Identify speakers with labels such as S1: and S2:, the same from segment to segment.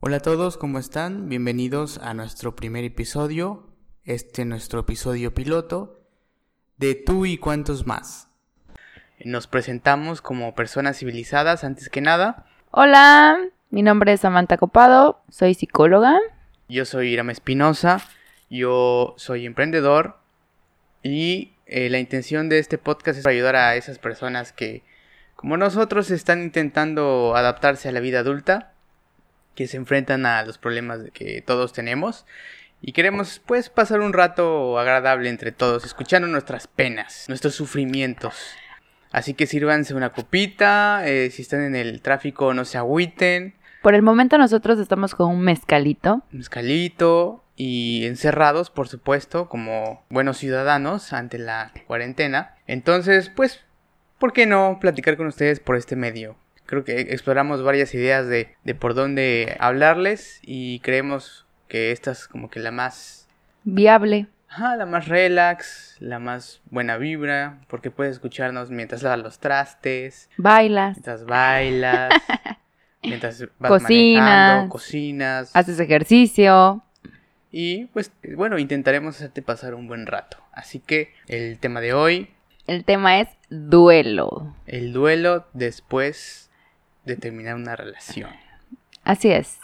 S1: Hola a todos, ¿cómo están? Bienvenidos a nuestro primer episodio, este nuestro episodio piloto de Tú y cuantos más. Nos presentamos como personas civilizadas antes que nada.
S2: Hola, mi nombre es Samantha Copado, soy psicóloga.
S1: Yo soy Irama Espinosa, yo soy emprendedor y eh, la intención de este podcast es ayudar a esas personas que, como nosotros, están intentando adaptarse a la vida adulta, que se enfrentan a los problemas de que todos tenemos y queremos pues pasar un rato agradable entre todos, escuchando nuestras penas, nuestros sufrimientos. Así que sírvanse una copita, eh, si están en el tráfico no se agüiten,
S2: Por el momento nosotros estamos con un mezcalito.
S1: mezcalito y encerrados, por supuesto, como buenos ciudadanos ante la cuarentena. Entonces, pues, ¿por qué no platicar con ustedes por este medio? Creo que exploramos varias ideas de, de por dónde hablarles y creemos que esta es como que la más...
S2: Viable.
S1: ajá, la más relax, la más buena vibra, porque puedes escucharnos mientras lavas los trastes,
S2: Bailas,
S1: mientras bailas, mientras vas
S2: Cocinas.
S1: manejando, cocinas.
S2: haces ejercicio.
S1: Y pues bueno, intentaremos hacerte pasar un buen rato. Así que el tema de hoy,
S2: El tema es duelo.
S1: el duelo después de terminar una relación.
S2: Así es.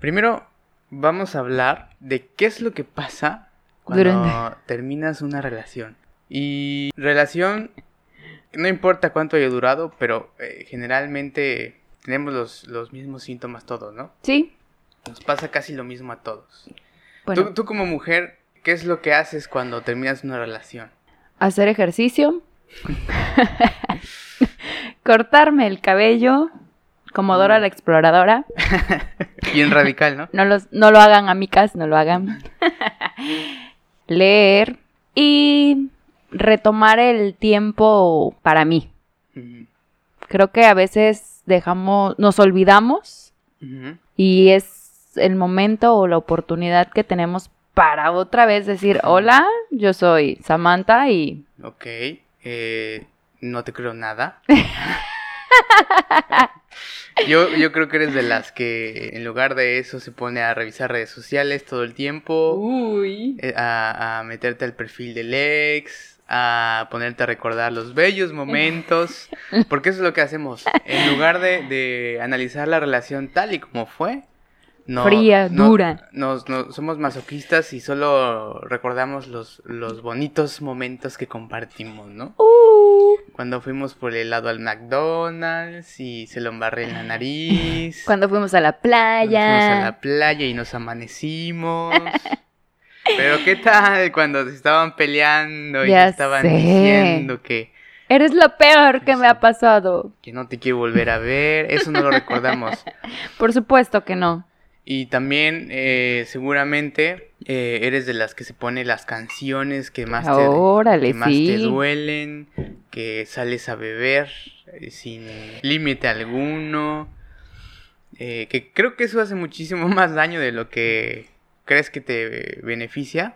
S1: Primero vamos a hablar de qué es lo que pasa cuando
S2: Durante-
S1: terminas una relación. Y relación, no importa cuánto haya durado, pero eh, generalmente tenemos los, los mismos síntomas todos, ¿no?
S2: ¿Sí?
S1: Nos pasa casi lo mismo a todos.
S2: Bueno,
S1: Tú, tú como mujer, ¿qué es lo que haces cuando terminas una relación?
S2: hacer ejercicio. Cortarme el cabello. Como Dora la exploradora.
S1: Bien radical, ¿no?
S2: No, los, no lo hagan, amigas, no lo hagan. Leer. Y retomar el tiempo para mí.
S1: Ujú,
S2: Creo que a veces dejamos, nos olvidamos
S1: ujú.
S2: y es el momento o la oportunidad que tenemos para otra vez decir, hola, yo soy Samantha y
S1: Ok, eh, no te creo nada. yo, yo creo que eres de las que en lugar de eso se pone a revisar redes sociales todo el tiempo,
S2: uy,
S1: eh, a, a meterte al perfil del ex, a ponerte a recordar los bellos momentos, porque eso es lo que hacemos. En lugar de, de analizar la relación tal y como fue. no-
S2: Fría,
S1: no-
S2: dura.
S1: Nos, nos- somos masoquistas y solo recordamos los, los bonitos momentos que compartimos, ¿no?
S2: uh.
S1: Cuando fuimos por el helado al McDonald's y se lo embarré en la nariz.
S2: cuando fuimos a la
S1: nos fuimos a
S2: playa,
S1: la playa y nos amanecimos. Pero qué tal cuando se estaban peleando y
S2: Ya
S1: te estaban
S2: sé.
S1: diciendo que,
S2: eres lo peor que me ha
S1: Sí.
S2: pasado.
S1: que no te quiero volver a ver. Eso no lo recordamos.
S2: Por supuesto que no.
S1: Y también eh, seguramente eh, eres de las que se pone las canciones que más te,
S2: Órale,
S1: que más
S2: sí.
S1: te duelen, que sales a beber eh, sin límite alguno. eh, que creo que eso hace muchísimo más daño de lo que crees que te beneficia.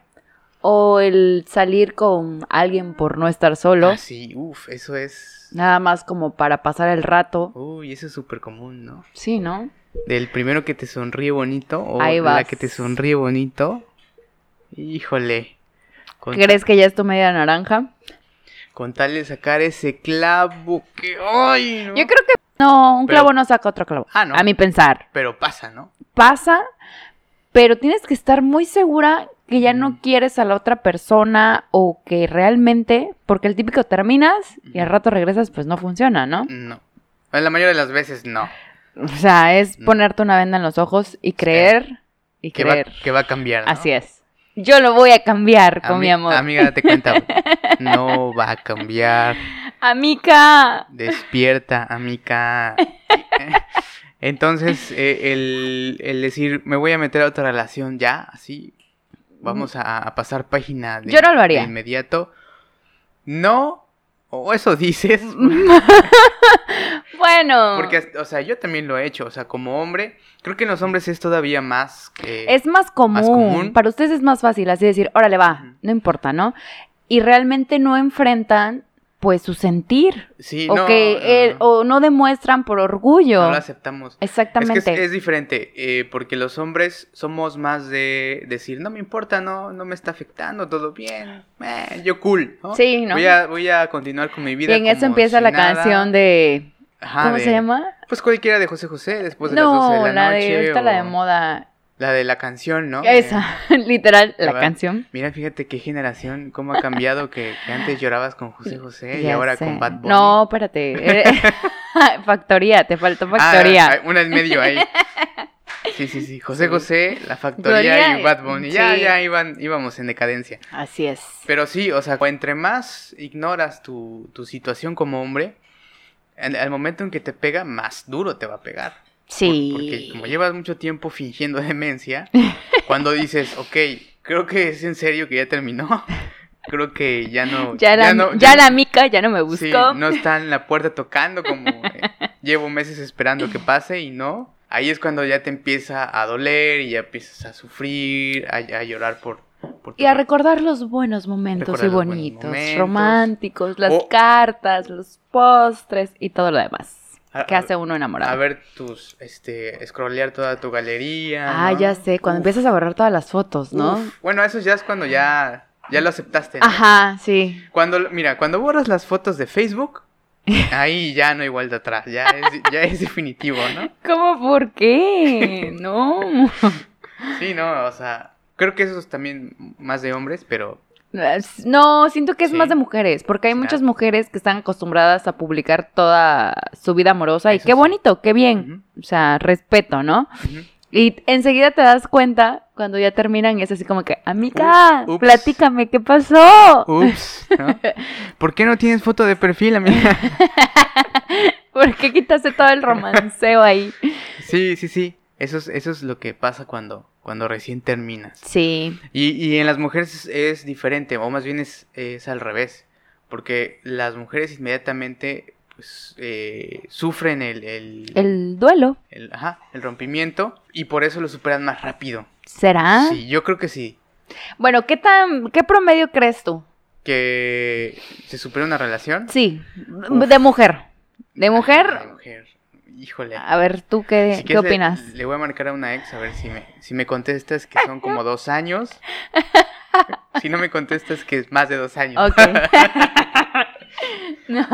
S2: O el salir con alguien por no estar solo,
S1: Ah, sí, uff, eso es...
S2: nada más como para pasar el rato.
S1: Uy, eso es súper común, ¿no?
S2: Sí, ¿no?
S1: Del primero que te sonríe bonito o
S2: Ahí
S1: la
S2: vas.
S1: que te sonríe bonito. Híjole. Con-
S2: ¿Crees que ya es tu media naranja?
S1: Con tal de sacar ese clavo que. ¡Ay! no!
S2: Yo creo que no, un
S1: Pero-
S2: clavo no saca otro clavo.
S1: Ah, no.
S2: A mi pensar,
S1: Pero pasa, ¿no?
S2: pasa, pero tienes que estar muy segura que ya
S1: Ujú.
S2: no quieres a la otra persona o que realmente, porque el típico terminas y al
S1: Ujú.
S2: rato regresas, pues no funciona, ¿no?
S1: No. En la mayoría de las veces no.
S2: O sea, es
S1: Ujú.
S2: ponerte una venda en los ojos y creer y
S1: Mm. Que va,
S2: creer.
S1: que va a cambiar.
S2: Así es. Yo lo voy a cambiar con mi amor.
S1: Amiga, date cuenta. No va a cambiar.
S2: Amica.
S1: Despierta, amiga. Entonces, eh, el, el decir, me voy a meter a otra relación ya, así. Vamos a, a pasar página de,
S2: Yo no lo haría.
S1: de inmediato. No. O eso dices.
S2: Bueno.
S1: Porque, o sea, yo también lo he hecho, o sea, como hombre, creo que en los hombres es todavía más que...
S2: Es más común.
S1: común.
S2: Para ustedes es más fácil así decir, órale, va,
S1: Ujú.
S2: no importa, ¿no? Y realmente no enfrentan pues su sentir
S1: Sí,
S2: o
S1: no,
S2: que
S1: no, no,
S2: él-
S1: no.
S2: o no demuestran por orgullo.
S1: No lo aceptamos. Es que
S2: Exactamente.
S1: es, es diferente, eh, porque los hombres somos más de decir, no me importa, no, no me está afectando, todo bien, eh, yo cool, ¿no?
S2: Sí, ¿no?
S1: Voy a, voy a continuar con mi vida.
S2: y en eso
S1: como
S2: empieza
S1: si
S2: la
S1: nada.
S2: canción de
S1: Ajá,
S2: ¿Cómo
S1: de-
S2: se llama?
S1: Pues cualquiera de José José, después de las
S2: no,
S1: 12 de la, noche.
S2: de ahorita la de
S1: o
S2: moda.
S1: La de la canción, ¿no? Eh,
S2: Esa, literal, la
S1: ¿verdad?
S2: canción.
S1: mira, fíjate qué generación, cómo ha cambiado que, que antes llorabas con José José y
S2: Ya
S1: ahora
S2: sé.
S1: con Bad Bunny.
S2: No, espérate. factoría, te faltó
S1: Ah,
S2: factoría.
S1: hay una en medio ahí. Sí, sí, sí. José
S2: Sí.
S1: José, La Factoría
S2: Gloria,
S1: y Bad Bunny. Ya,
S2: sí.
S1: ya iban, íbamos en decadencia.
S2: Así es.
S1: Pero sí, o sea, entre más ignoras tu, tu situación como hombre, en- al momento en que te pega, más duro te va a pegar.
S2: Sí.
S1: Porque como llevas mucho tiempo fingiendo demencia, cuando dices, ok, creo que es en serio que ya terminó, creo que ya no...
S2: ya, la,
S1: no-
S2: ya la mica ya no me buscó.
S1: Sí, no está en la puerta tocando como eh, llevo meses esperando que pase y no. Ahí es cuando ya te empieza a doler y ya empiezas a sufrir, a, a llorar por... por tu-
S2: Y a recordar los buenos momentos
S1: Recordar
S2: y
S1: los buenos
S2: bonitos,
S1: momentos.
S2: románticos, las
S1: O-
S2: cartas, los postres y todo lo demás.
S1: a-
S2: que
S1: a-
S2: hace uno enamorado.
S1: A ver tus, este, scrollear toda tu galería.
S2: ah,
S1: ¿no?
S2: ya sé, cuando
S1: Uf,
S2: empiezas a borrar todas las fotos, ¿no?
S1: uf. Bueno, eso ya es cuando ya, ya lo aceptaste. ¿no?
S2: Ajá, sí.
S1: Cuando, mira, cuando borras las fotos de Facebook, ahí ya no hay vuelta atrás, ya es, ya es definitivo, ¿no?
S2: ¿Cómo por qué? No.
S1: Sí, no, o sea, creo que eso es también más de hombres, pero
S2: No, siento que es
S1: Sí.
S2: más de mujeres, porque hay
S1: Sí,
S2: muchas
S1: claro.
S2: mujeres que están acostumbradas a publicar toda su vida amorosa y
S1: Eso
S2: qué
S1: sí.
S2: bonito, qué bien. O sea, respeto, ¿no?
S1: ujú,
S2: Y enseguida te das cuenta cuando ya terminan y es así como que, amiga,
S1: Ups.
S2: platícame, ¿qué pasó?
S1: ups, ¿no? ¿Por qué no tienes foto de perfil, amiga?
S2: ¿Por qué quitaste todo el romanceo ahí?
S1: Sí, sí, sí. Eso es, eso es lo que pasa cuando, cuando recién terminas.
S2: Sí,
S1: Y, y en las mujeres es, es diferente, o más bien es, es al revés. Porque las mujeres inmediatamente pues, eh, sufren el, el,
S2: el duelo,
S1: el- ajá, el rompimiento y por eso lo superan más rápido.
S2: ¿será?
S1: Sí, yo creo que sí.
S2: Bueno, ¿qué tan, qué promedio crees tú?
S1: Que se supera una relación.
S2: Sí,
S1: Uf.
S2: de mujer. De
S1: Ay,
S2: mujer,
S1: mujer. Híjole.
S2: a ver, ¿tú qué,
S1: Si
S2: qué
S1: quieres, eh, le-
S2: opinas?
S1: Le, voy a marcar a una ex a ver si me, si me contestas que son como dos años. Si no me contestas que es más de dos años.
S2: Ok. no.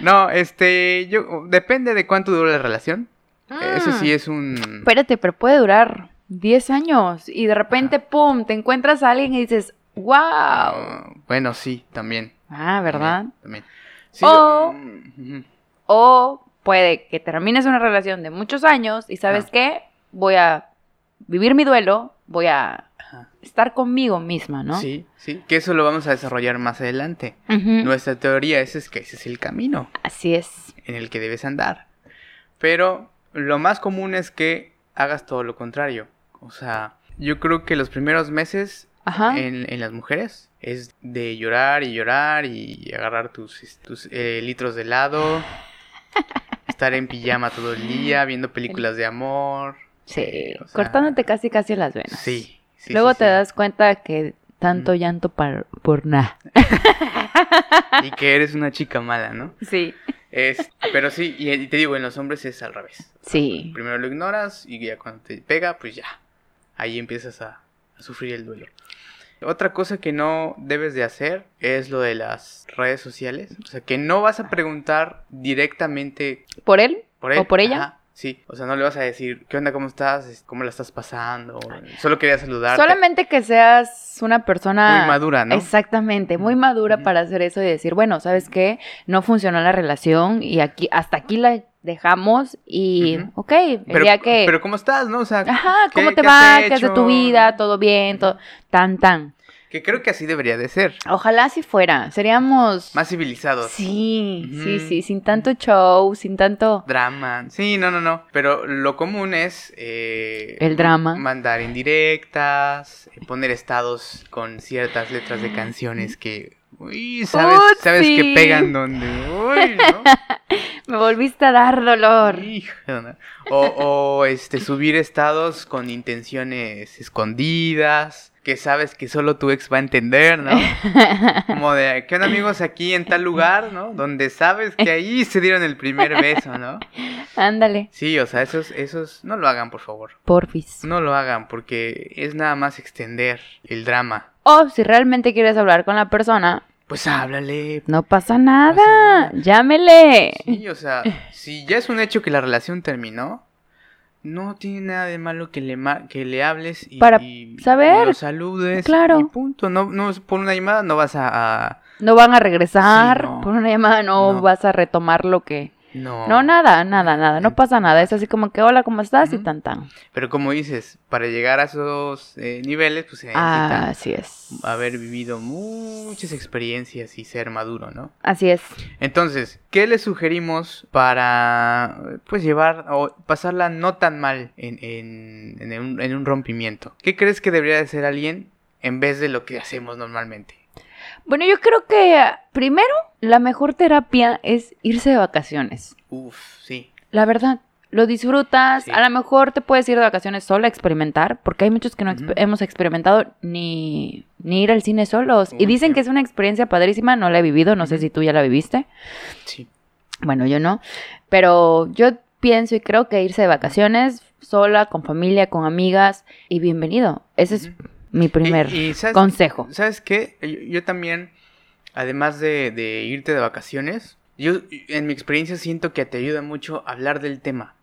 S1: No, este, yo, depende de cuánto dure la relación.
S2: Ah.
S1: Eso sí es un...
S2: Espérate, pero puede durar 10 años y de repente, pum, te encuentras a alguien y dices, wow.
S1: Ah, bueno, sí, también.
S2: Ah, ¿verdad? Oh.
S1: También. también. Sí,
S2: O-
S1: mm, ujú.
S2: O puede que termines una relación de muchos años y sabes
S1: Ajá.
S2: qué, voy a vivir mi duelo, voy a
S1: Ajá.
S2: estar conmigo misma, ¿no?
S1: Sí, sí, que eso lo vamos a desarrollar más adelante.
S2: Ujú.
S1: Nuestra teoría es, es que ese es el camino.
S2: Así es.
S1: en el que debes andar. Pero lo más común es que hagas todo lo contrario. O sea, yo creo que los primeros meses
S2: Ajá.
S1: en, en las mujeres es de llorar y llorar y agarrar tus, tus eh, litros de helado, estar en pijama todo el día, viendo películas de amor.
S2: sí.
S1: eh, o sea,
S2: Cortándote casi casi las venas.
S1: Sí. sí,
S2: Luego
S1: sí,
S2: te
S1: sí.
S2: das cuenta que tanto
S1: Ujú.
S2: llanto par- por nada.
S1: Y que eres una chica mala, ¿no?
S2: Sí.
S1: Es, pero sí, y, y te digo, en los hombres es al revés.
S2: Sí.
S1: Primero lo ignoras y ya cuando te pega, pues ya. Ahí empiezas a, a sufrir el duelo. Otra cosa que no debes de hacer es lo de las redes sociales. O sea, que no vas a preguntar directamente
S2: ¿Por él?
S1: por él.
S2: ¿O por ella?
S1: Ajá, sí, o sea, no le vas a decir, ¿qué onda? ¿Cómo estás? Es- ¿Cómo la estás pasando? Solo quería saludarte.
S2: Solamente que seas una persona...
S1: Muy madura, ¿no?
S2: Exactamente, muy madura
S1: Ujú.
S2: para hacer eso y decir, bueno, ¿sabes qué? No funcionó la relación y aquí hasta aquí la dejamos y,
S1: Ujú.
S2: ok, el
S1: Pero,
S2: día que... Ah.
S1: pero ¿cómo estás? ¿No? O sea,
S2: Ajá,
S1: ¿qué-
S2: ¿cómo te
S1: qué
S2: va?
S1: has
S2: ¿Qué es de
S1: hecho?
S2: tu vida? ¿Todo bien? Todo... Tan, tan.
S1: que creo que así debería de ser.
S2: Ojalá si fuera, seríamos...
S1: Más civilizados.
S2: Sí, sí,
S1: Ujú.
S2: sí, sin tanto show, sin tanto...
S1: Drama. Sí, no, no, no. Pero lo común es... eh,
S2: El drama.
S1: Mandar indirectas, poner estados con ciertas letras de canciones que... Uy, sabes,
S2: Uy,
S1: sabes
S2: sí.
S1: que pegan donde... Uy, ¿no?
S2: Me volviste a dar dolor.
S1: Hijo, ¿no? O, o, este, subir estados con intenciones escondidas, que sabes que solo tu ex va a entender, ¿no? Como de, ¿qué onda amigos aquí en tal lugar, ¿no? Donde sabes que ahí se dieron el primer beso, ¿no?
S2: Ándale.
S1: Sí, o sea, esos, esos, no lo hagan, por favor.
S2: Porfis.
S1: No lo hagan porque es nada más extender el drama.
S2: O si realmente quieres hablar con la persona,
S1: Pues háblale.
S2: no pasa nada.
S1: nada.
S2: Llámele.
S1: Sí, o sea, si ya es un hecho que la relación terminó, no tiene nada de malo que le, ma- que le hables y,
S2: Para
S1: y- y
S2: saber.
S1: lo saludes.
S2: Claro.
S1: Y punto. No, no, por una llamada no vas a. a-
S2: No van a regresar.
S1: Sí, no.
S2: Por una llamada no,
S1: No.
S2: vas a retomar lo que.
S1: no. Eh.
S2: No, nada, nada, nada. No pasa nada. Es así como que, hola, ¿cómo estás? Y
S1: Ujú.
S2: tan tan.
S1: Pero como dices, para llegar a esos eh, niveles, pues se
S2: Ah,
S1: necesita
S2: así es.
S1: haber vivido muchas experiencias y ser maduro, ¿no?
S2: Así es.
S1: Entonces, ¿qué le sugerimos para pues llevar o pasarla no tan mal en, en- en un, en un rompimiento? ¿Qué crees que debería de hacer alguien en vez de lo que hacemos normalmente?
S2: Bueno, yo creo que primero, la mejor terapia es irse de vacaciones.
S1: Uf, sí.
S2: La verdad, lo disfrutas.
S1: Sí.
S2: A lo mejor te puedes ir de vacaciones sola a experimentar, porque hay muchos que no exper-
S1: Ujú.
S2: hemos experimentado ni, ni ir al cine solos.
S1: Uy,
S2: y dicen
S1: sí.
S2: que es una experiencia padrísima, no la he vivido, no sé
S1: Ujú.
S2: si tú ya la viviste.
S1: Sí.
S2: Bueno, yo no. Pero yo pienso y creo que irse de vacaciones sola, con familia, con amigas, y bienvenido. Ese es
S1: Ujú.
S2: mi primer
S1: Y- y ¿sabes-
S2: consejo.
S1: ¿Sabes qué? Yo, yo también, además de, de irte de vacaciones, yo en mi experiencia siento que te ayuda mucho hablar del tema.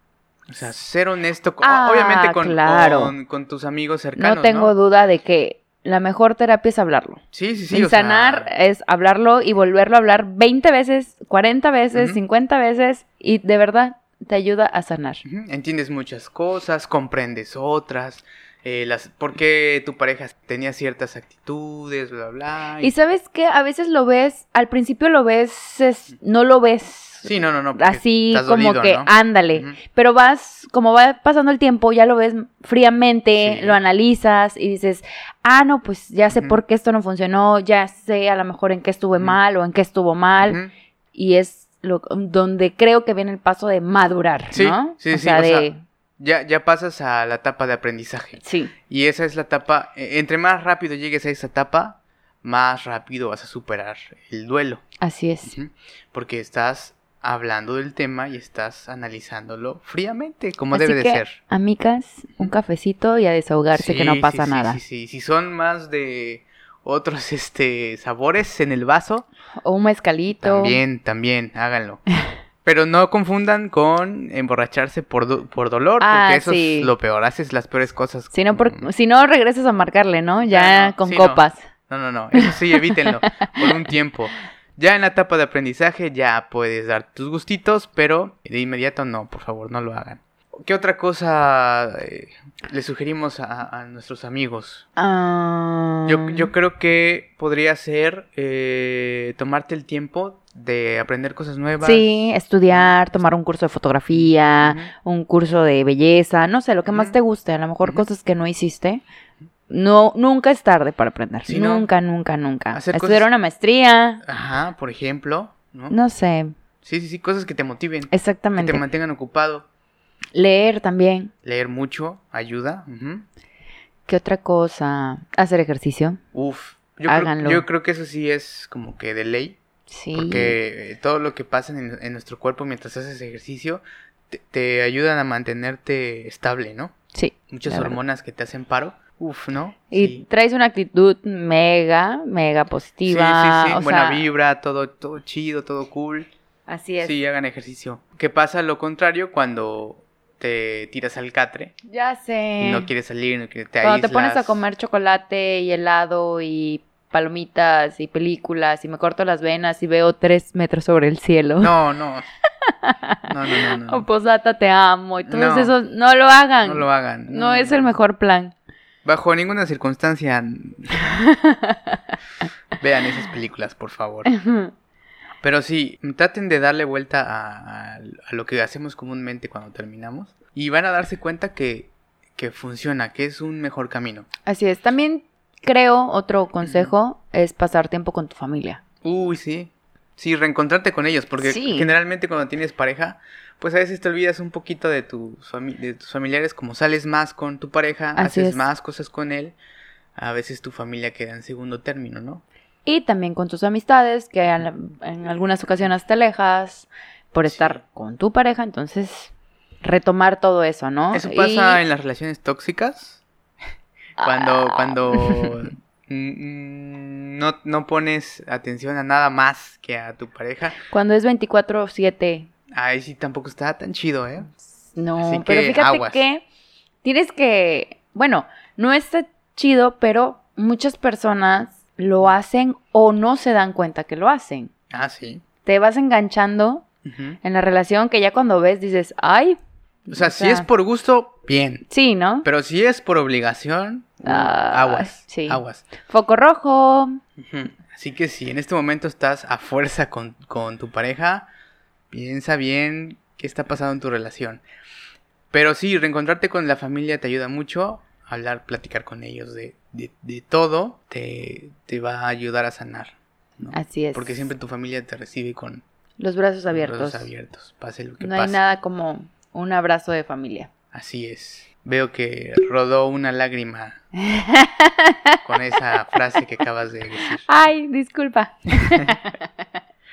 S1: O sea, ser honesto, con-
S2: Ah,
S1: obviamente con,
S2: claro.
S1: con, con tus amigos cercanos.
S2: no tengo duda de que la mejor terapia es hablarlo.
S1: Sí, sí, sí.
S2: Y
S1: o sea,
S2: sanar es hablarlo y volverlo a hablar 20 veces, 40 veces,
S1: Ujú.
S2: 50 veces y de verdad te ayuda a sanar.
S1: Ujú, Entiendes muchas cosas, comprendes otras, eh, las, por qué tu pareja tenía ciertas actitudes, bla, bla. y-
S2: Y sabes que a veces lo ves, al principio lo ves, es- no lo ves
S1: sí, no, no, no. porque
S2: así
S1: estás
S2: como
S1: dolido,
S2: que
S1: ¿no?
S2: ándale,
S1: Ujú.
S2: pero vas, como va pasando el tiempo, ya lo ves fríamente,
S1: Sí.
S2: lo analizas y dices, ah, no, pues ya sé
S1: Ujú.
S2: por qué esto no funcionó, ya sé a lo mejor en qué estuve
S1: Ujú.
S2: mal o en qué estuvo mal.
S1: Ujú.
S2: y es lo, donde creo que viene el paso de madurar,
S1: Sí,
S2: ¿no?
S1: sí,
S2: o
S1: sí,
S2: sea,
S1: o
S2: de,
S1: sea- Ya, ya pasas a la etapa de aprendizaje.
S2: sí,
S1: Y esa es la etapa, eh, entre más rápido llegues a esa etapa, más rápido vas a superar el duelo.
S2: así es.
S1: Ujú. Porque estás hablando del tema y estás analizándolo fríamente, como
S2: Así
S1: debe
S2: que,
S1: de ser.
S2: Amicas, un cafecito y a desahogarse que no
S1: Sí, sí,
S2: pasa
S1: sí,
S2: nada.
S1: Sí, sí, Si son más de otros este sabores en el vaso,
S2: O un mezcalito.
S1: también, también, háganlo. Pero no confundan con emborracharse por, do- por dolor,
S2: Ah,
S1: porque eso
S2: sí.
S1: es lo peor, haces las peores cosas.
S2: Si no, por-
S1: con-
S2: si no regresas a marcarle, ¿no?
S1: Mm. Ya
S2: Ya
S1: no,
S2: con
S1: sí, no.
S2: copas.
S1: No, no, no, eso sí, evítenlo por un tiempo. Ya en la etapa de aprendizaje ya puedes dar tus gustitos, pero de inmediato no, por favor, no lo hagan. ¿Qué otra cosa eh, le sugerimos a- a nuestros amigos?
S2: Ah,
S1: Yo, yo creo que podría ser eh, tomarte el tiempo de aprender cosas nuevas.
S2: Sí, Ah. estudiar, tomar un curso de fotografía,
S1: Ujú.
S2: un curso de belleza, no sé, lo que más
S1: Ujú.
S2: te guste, a lo mejor
S1: Ujú.
S2: cosas que no hiciste. No, nunca es tarde para aprender.
S1: Sí, ¿no?
S2: nunca, nunca, nunca.
S1: Hacer
S2: Estudiar
S1: cosas-
S2: una maestría,
S1: Ajá, por ejemplo. ¿no?
S2: No sé,
S1: Sí, sí, sí, cosas que te motiven, que te
S2: exactamente.
S1: mantengan ocupado.
S2: Leer también.
S1: Leer mucho ayuda. ujú.
S2: ¿Qué otra cosa? Hacer ejercicio.
S1: Uf. Yo creo,
S2: Háganlo.
S1: yo creo que eso sí es como que de ley.
S2: Sí.
S1: Porque eh, todo lo que pasa en, en nuestro cuerpo mientras haces ejercicio te, te ayudan a mantenerte estable, ¿no?
S2: Sí.
S1: Muchas
S2: la verdad.
S1: hormonas que te hacen paro. Uf, ¿no?
S2: Y
S1: Sí.
S2: traes una actitud mega, mega positiva.
S1: Sí, sí, sí,
S2: o
S1: buena
S2: sea,
S1: vibra, todo, todo chido, todo cool.
S2: Así es.
S1: Sí, hagan ejercicio. Que pasa lo contrario cuando te tiras al catre
S2: Ya sé.
S1: y no quieres salir, no quieres, te
S2: Cuando te pones a
S1: aíslas.
S2: comer chocolate y helado y palomitas y películas y me corto las venas y veo tres metros sobre el cielo.
S1: No, no. No, no, no, no.
S2: O posata, te amo. Y todos
S1: No.
S2: esos, no lo hagan.
S1: No lo hagan.
S2: No es el mejor plan.
S1: Bajo ninguna circunstancia. Vean esas películas, por favor. Pero sí, traten de darle vuelta a, a- a lo que hacemos comúnmente cuando terminamos. Y van a darse cuenta que, que funciona, que es un mejor camino.
S2: Así es. También creo otro consejo es pasar tiempo con tu familia.
S1: Uy, sí. sí, reencontrarte con ellos, porque
S2: Sí.
S1: generalmente cuando tienes pareja, pues a veces te olvidas un poquito de tus, fami- de tus familiares, como sales más con tu pareja,
S2: Así
S1: haces
S2: es.
S1: más cosas con él, a veces tu familia queda en segundo término, ¿no?
S2: Y también con tus amistades, que a la- en algunas ocasiones te alejas por
S1: Sí.
S2: estar con tu pareja, entonces retomar todo eso, ¿no?
S1: Eso pasa
S2: Y-
S1: en las relaciones tóxicas, cuando,
S2: Ah.
S1: cuando mm, mm, no, no pones atención a nada más que a tu pareja,
S2: Cuando es 24/7.
S1: ahí sí tampoco está tan chido, ¿eh?
S2: No,
S1: Así
S2: pero
S1: que
S2: fíjate
S1: aguas.
S2: que tienes que, bueno, no está chido, pero muchas personas lo hacen o no se dan cuenta que lo hacen.
S1: Ah, sí.
S2: Te vas enganchando
S1: Ujú.
S2: en la relación que ya cuando ves dices, ay,
S1: O sea,
S2: O
S1: si
S2: sea-
S1: es por gusto, bien.
S2: sí, ¿no?
S1: Pero si es por obligación, uh,
S2: Ah,
S1: aguas.
S2: sí.
S1: Aguas.
S2: Foco rojo,
S1: Ujú. Así que si en este momento estás a fuerza con, con tu pareja, piensa bien qué está pasando en tu relación. Pero sí, reencontrarte con la familia te ayuda mucho. Hablar, platicar con ellos de, de- de todo te, te va a ayudar a sanar. ¿no?
S2: así es.
S1: Porque siempre tu familia te recibe con
S2: Los brazos
S1: los
S2: abiertos.
S1: brazos abiertos, pase lo que
S2: no
S1: pase.
S2: hay nada como un abrazo de familia.
S1: Así es. Veo que rodó una lágrima con esa frase que acabas de decir.
S2: Ay, disculpa.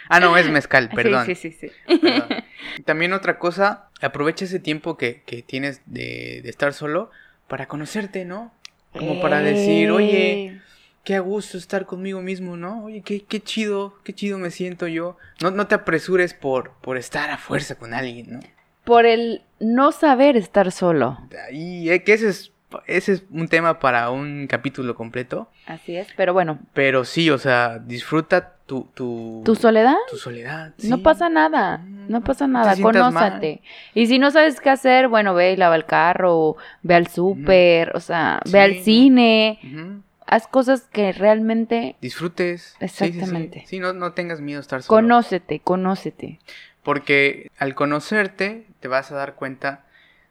S1: Ah, no, es mezcal,
S2: Sí,
S1: perdón.
S2: Sí, sí, sí.
S1: perdón. También otra cosa, aprovecha ese tiempo que, que tienes de, de estar solo para conocerte, ¿no? Como para decir, oye,
S2: Eh,
S1: qué a gusto estar conmigo mismo, ¿no? Oye, qué, qué chido, qué chido me siento yo. No, no te apresures por, por estar a fuerza con alguien, ¿no?
S2: Por el no saber estar solo.
S1: Y eh, que ese es, ese es un tema para un capítulo completo.
S2: Así es, pero bueno,
S1: Pero sí, o sea, disfruta tu... Tu,
S2: tu soledad,
S1: tu soledad.
S2: no
S1: sí.
S2: pasa nada, no
S1: No,
S2: pasa
S1: no te
S2: nada,
S1: sientas
S2: conózate. Y si no sabes qué hacer, bueno, ve y lava el carro, ve al súper, o sea, ve al
S1: Sí.
S2: cine,
S1: Ujú.
S2: haz cosas que realmente
S1: Disfrutes. Sí, sí, sí.
S2: Exactamente.
S1: Sí, no, no tengas miedo a estar solo.
S2: conócete, conócete.
S1: Porque al conocerte te vas a dar cuenta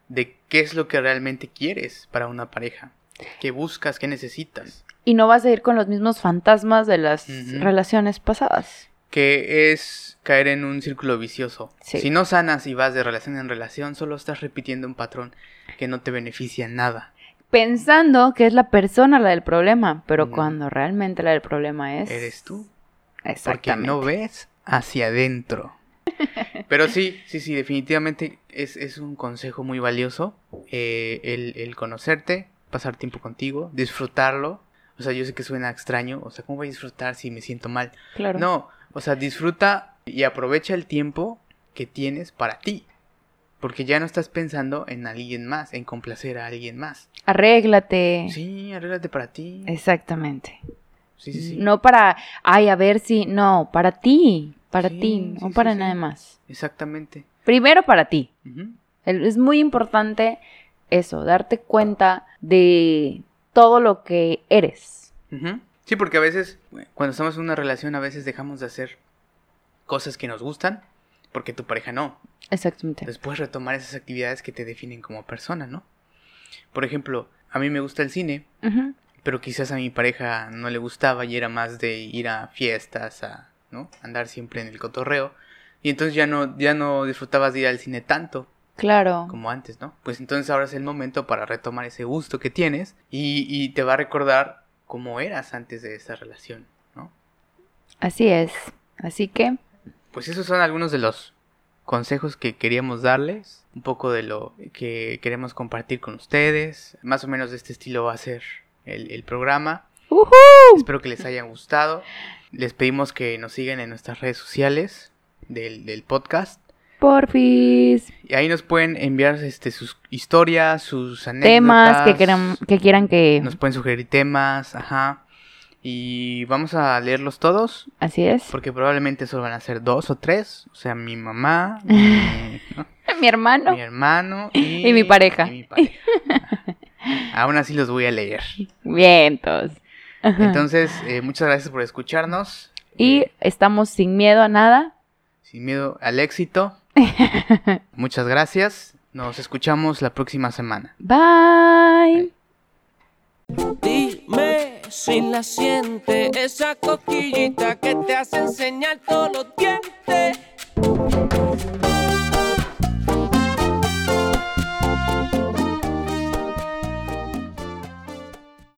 S1: de qué es lo que realmente quieres para una pareja. ¿Qué buscas? ¿Qué necesitas?
S2: Y no vas a ir con los mismos fantasmas de las
S1: Ujú.
S2: relaciones pasadas.
S1: Que es caer en un círculo vicioso.
S2: Sí.
S1: Si no sanas y vas de relación en relación, solo estás repitiendo un patrón que no te beneficia en nada.
S2: Pensando que es la persona la del problema, pero
S1: No.
S2: cuando realmente la del problema es...
S1: Eres tú. porque
S2: Exactamente.
S1: no ves hacia adentro. Pero sí, sí, sí, definitivamente es, es un consejo muy valioso eh, el, el conocerte, pasar tiempo contigo, disfrutarlo. O sea, yo sé que suena extraño, o sea, ¿cómo voy a disfrutar si me siento mal?
S2: Claro.
S1: No, o sea, disfruta y aprovecha el tiempo que tienes para ti. Porque ya no estás pensando en alguien más, en complacer a alguien más.
S2: Arréglate.
S1: Sí, arréglate para ti.
S2: Exactamente.
S1: Sí, sí, sí.
S2: No para, ay, a ver si, no, para ti, para
S1: Sí,
S2: ti, no
S1: sí,
S2: para
S1: sí,
S2: nada
S1: sí.
S2: más.
S1: Exactamente.
S2: Primero para ti.
S1: Ujú.
S2: El- Es muy importante eso, darte cuenta de todo lo que eres.
S1: Ujú. Sí, porque a veces, cuando estamos en una relación, a veces dejamos de hacer cosas que nos gustan porque tu pareja no.
S2: Exactamente.
S1: Después retomar esas actividades que te definen como persona, ¿no? Por ejemplo, a mí me gusta el cine,
S2: Ujú.
S1: pero quizás a mi pareja no le gustaba y era más de ir a fiestas, a ¿no? andar siempre en el cotorreo. Y entonces ya no, ya no disfrutabas de ir al cine tanto
S2: Claro.
S1: como antes, ¿no? Pues entonces ahora es el momento para retomar ese gusto que tienes y, y te va a recordar cómo eras antes de esa relación, ¿no?
S2: Así es. Así que,
S1: Pues esos son algunos de los consejos que queríamos darles, un poco de lo que queremos compartir con ustedes, más o menos de este estilo va a ser el, el programa.
S2: ¡ujú!
S1: Espero que les haya gustado. Les pedimos que nos sigan en nuestras redes sociales del, del podcast.
S2: porfis,
S1: Y ahí nos pueden enviar este, sus historias, sus anécdotas.
S2: temas que, queran, que quieran que...
S1: Nos pueden sugerir temas, ajá. Y vamos a leerlos todos,
S2: Así es.
S1: porque probablemente solo van a ser dos o tres. O sea, mi mamá, mi, ¿no?
S2: Mi hermano.
S1: Mi hermano y,
S2: Y mi pareja.
S1: y mi pareja. Ajá. Aún así los voy a leer.
S2: Vientos.
S1: Entonces, eh, muchas gracias por escucharnos.
S2: Y
S1: Eh,
S2: estamos sin miedo a nada.
S1: sin miedo al éxito. muchas gracias. Nos escuchamos la próxima semana.
S2: Bye.
S3: Dime si la siente esa coquillita que te hace enseñar todos los dientes.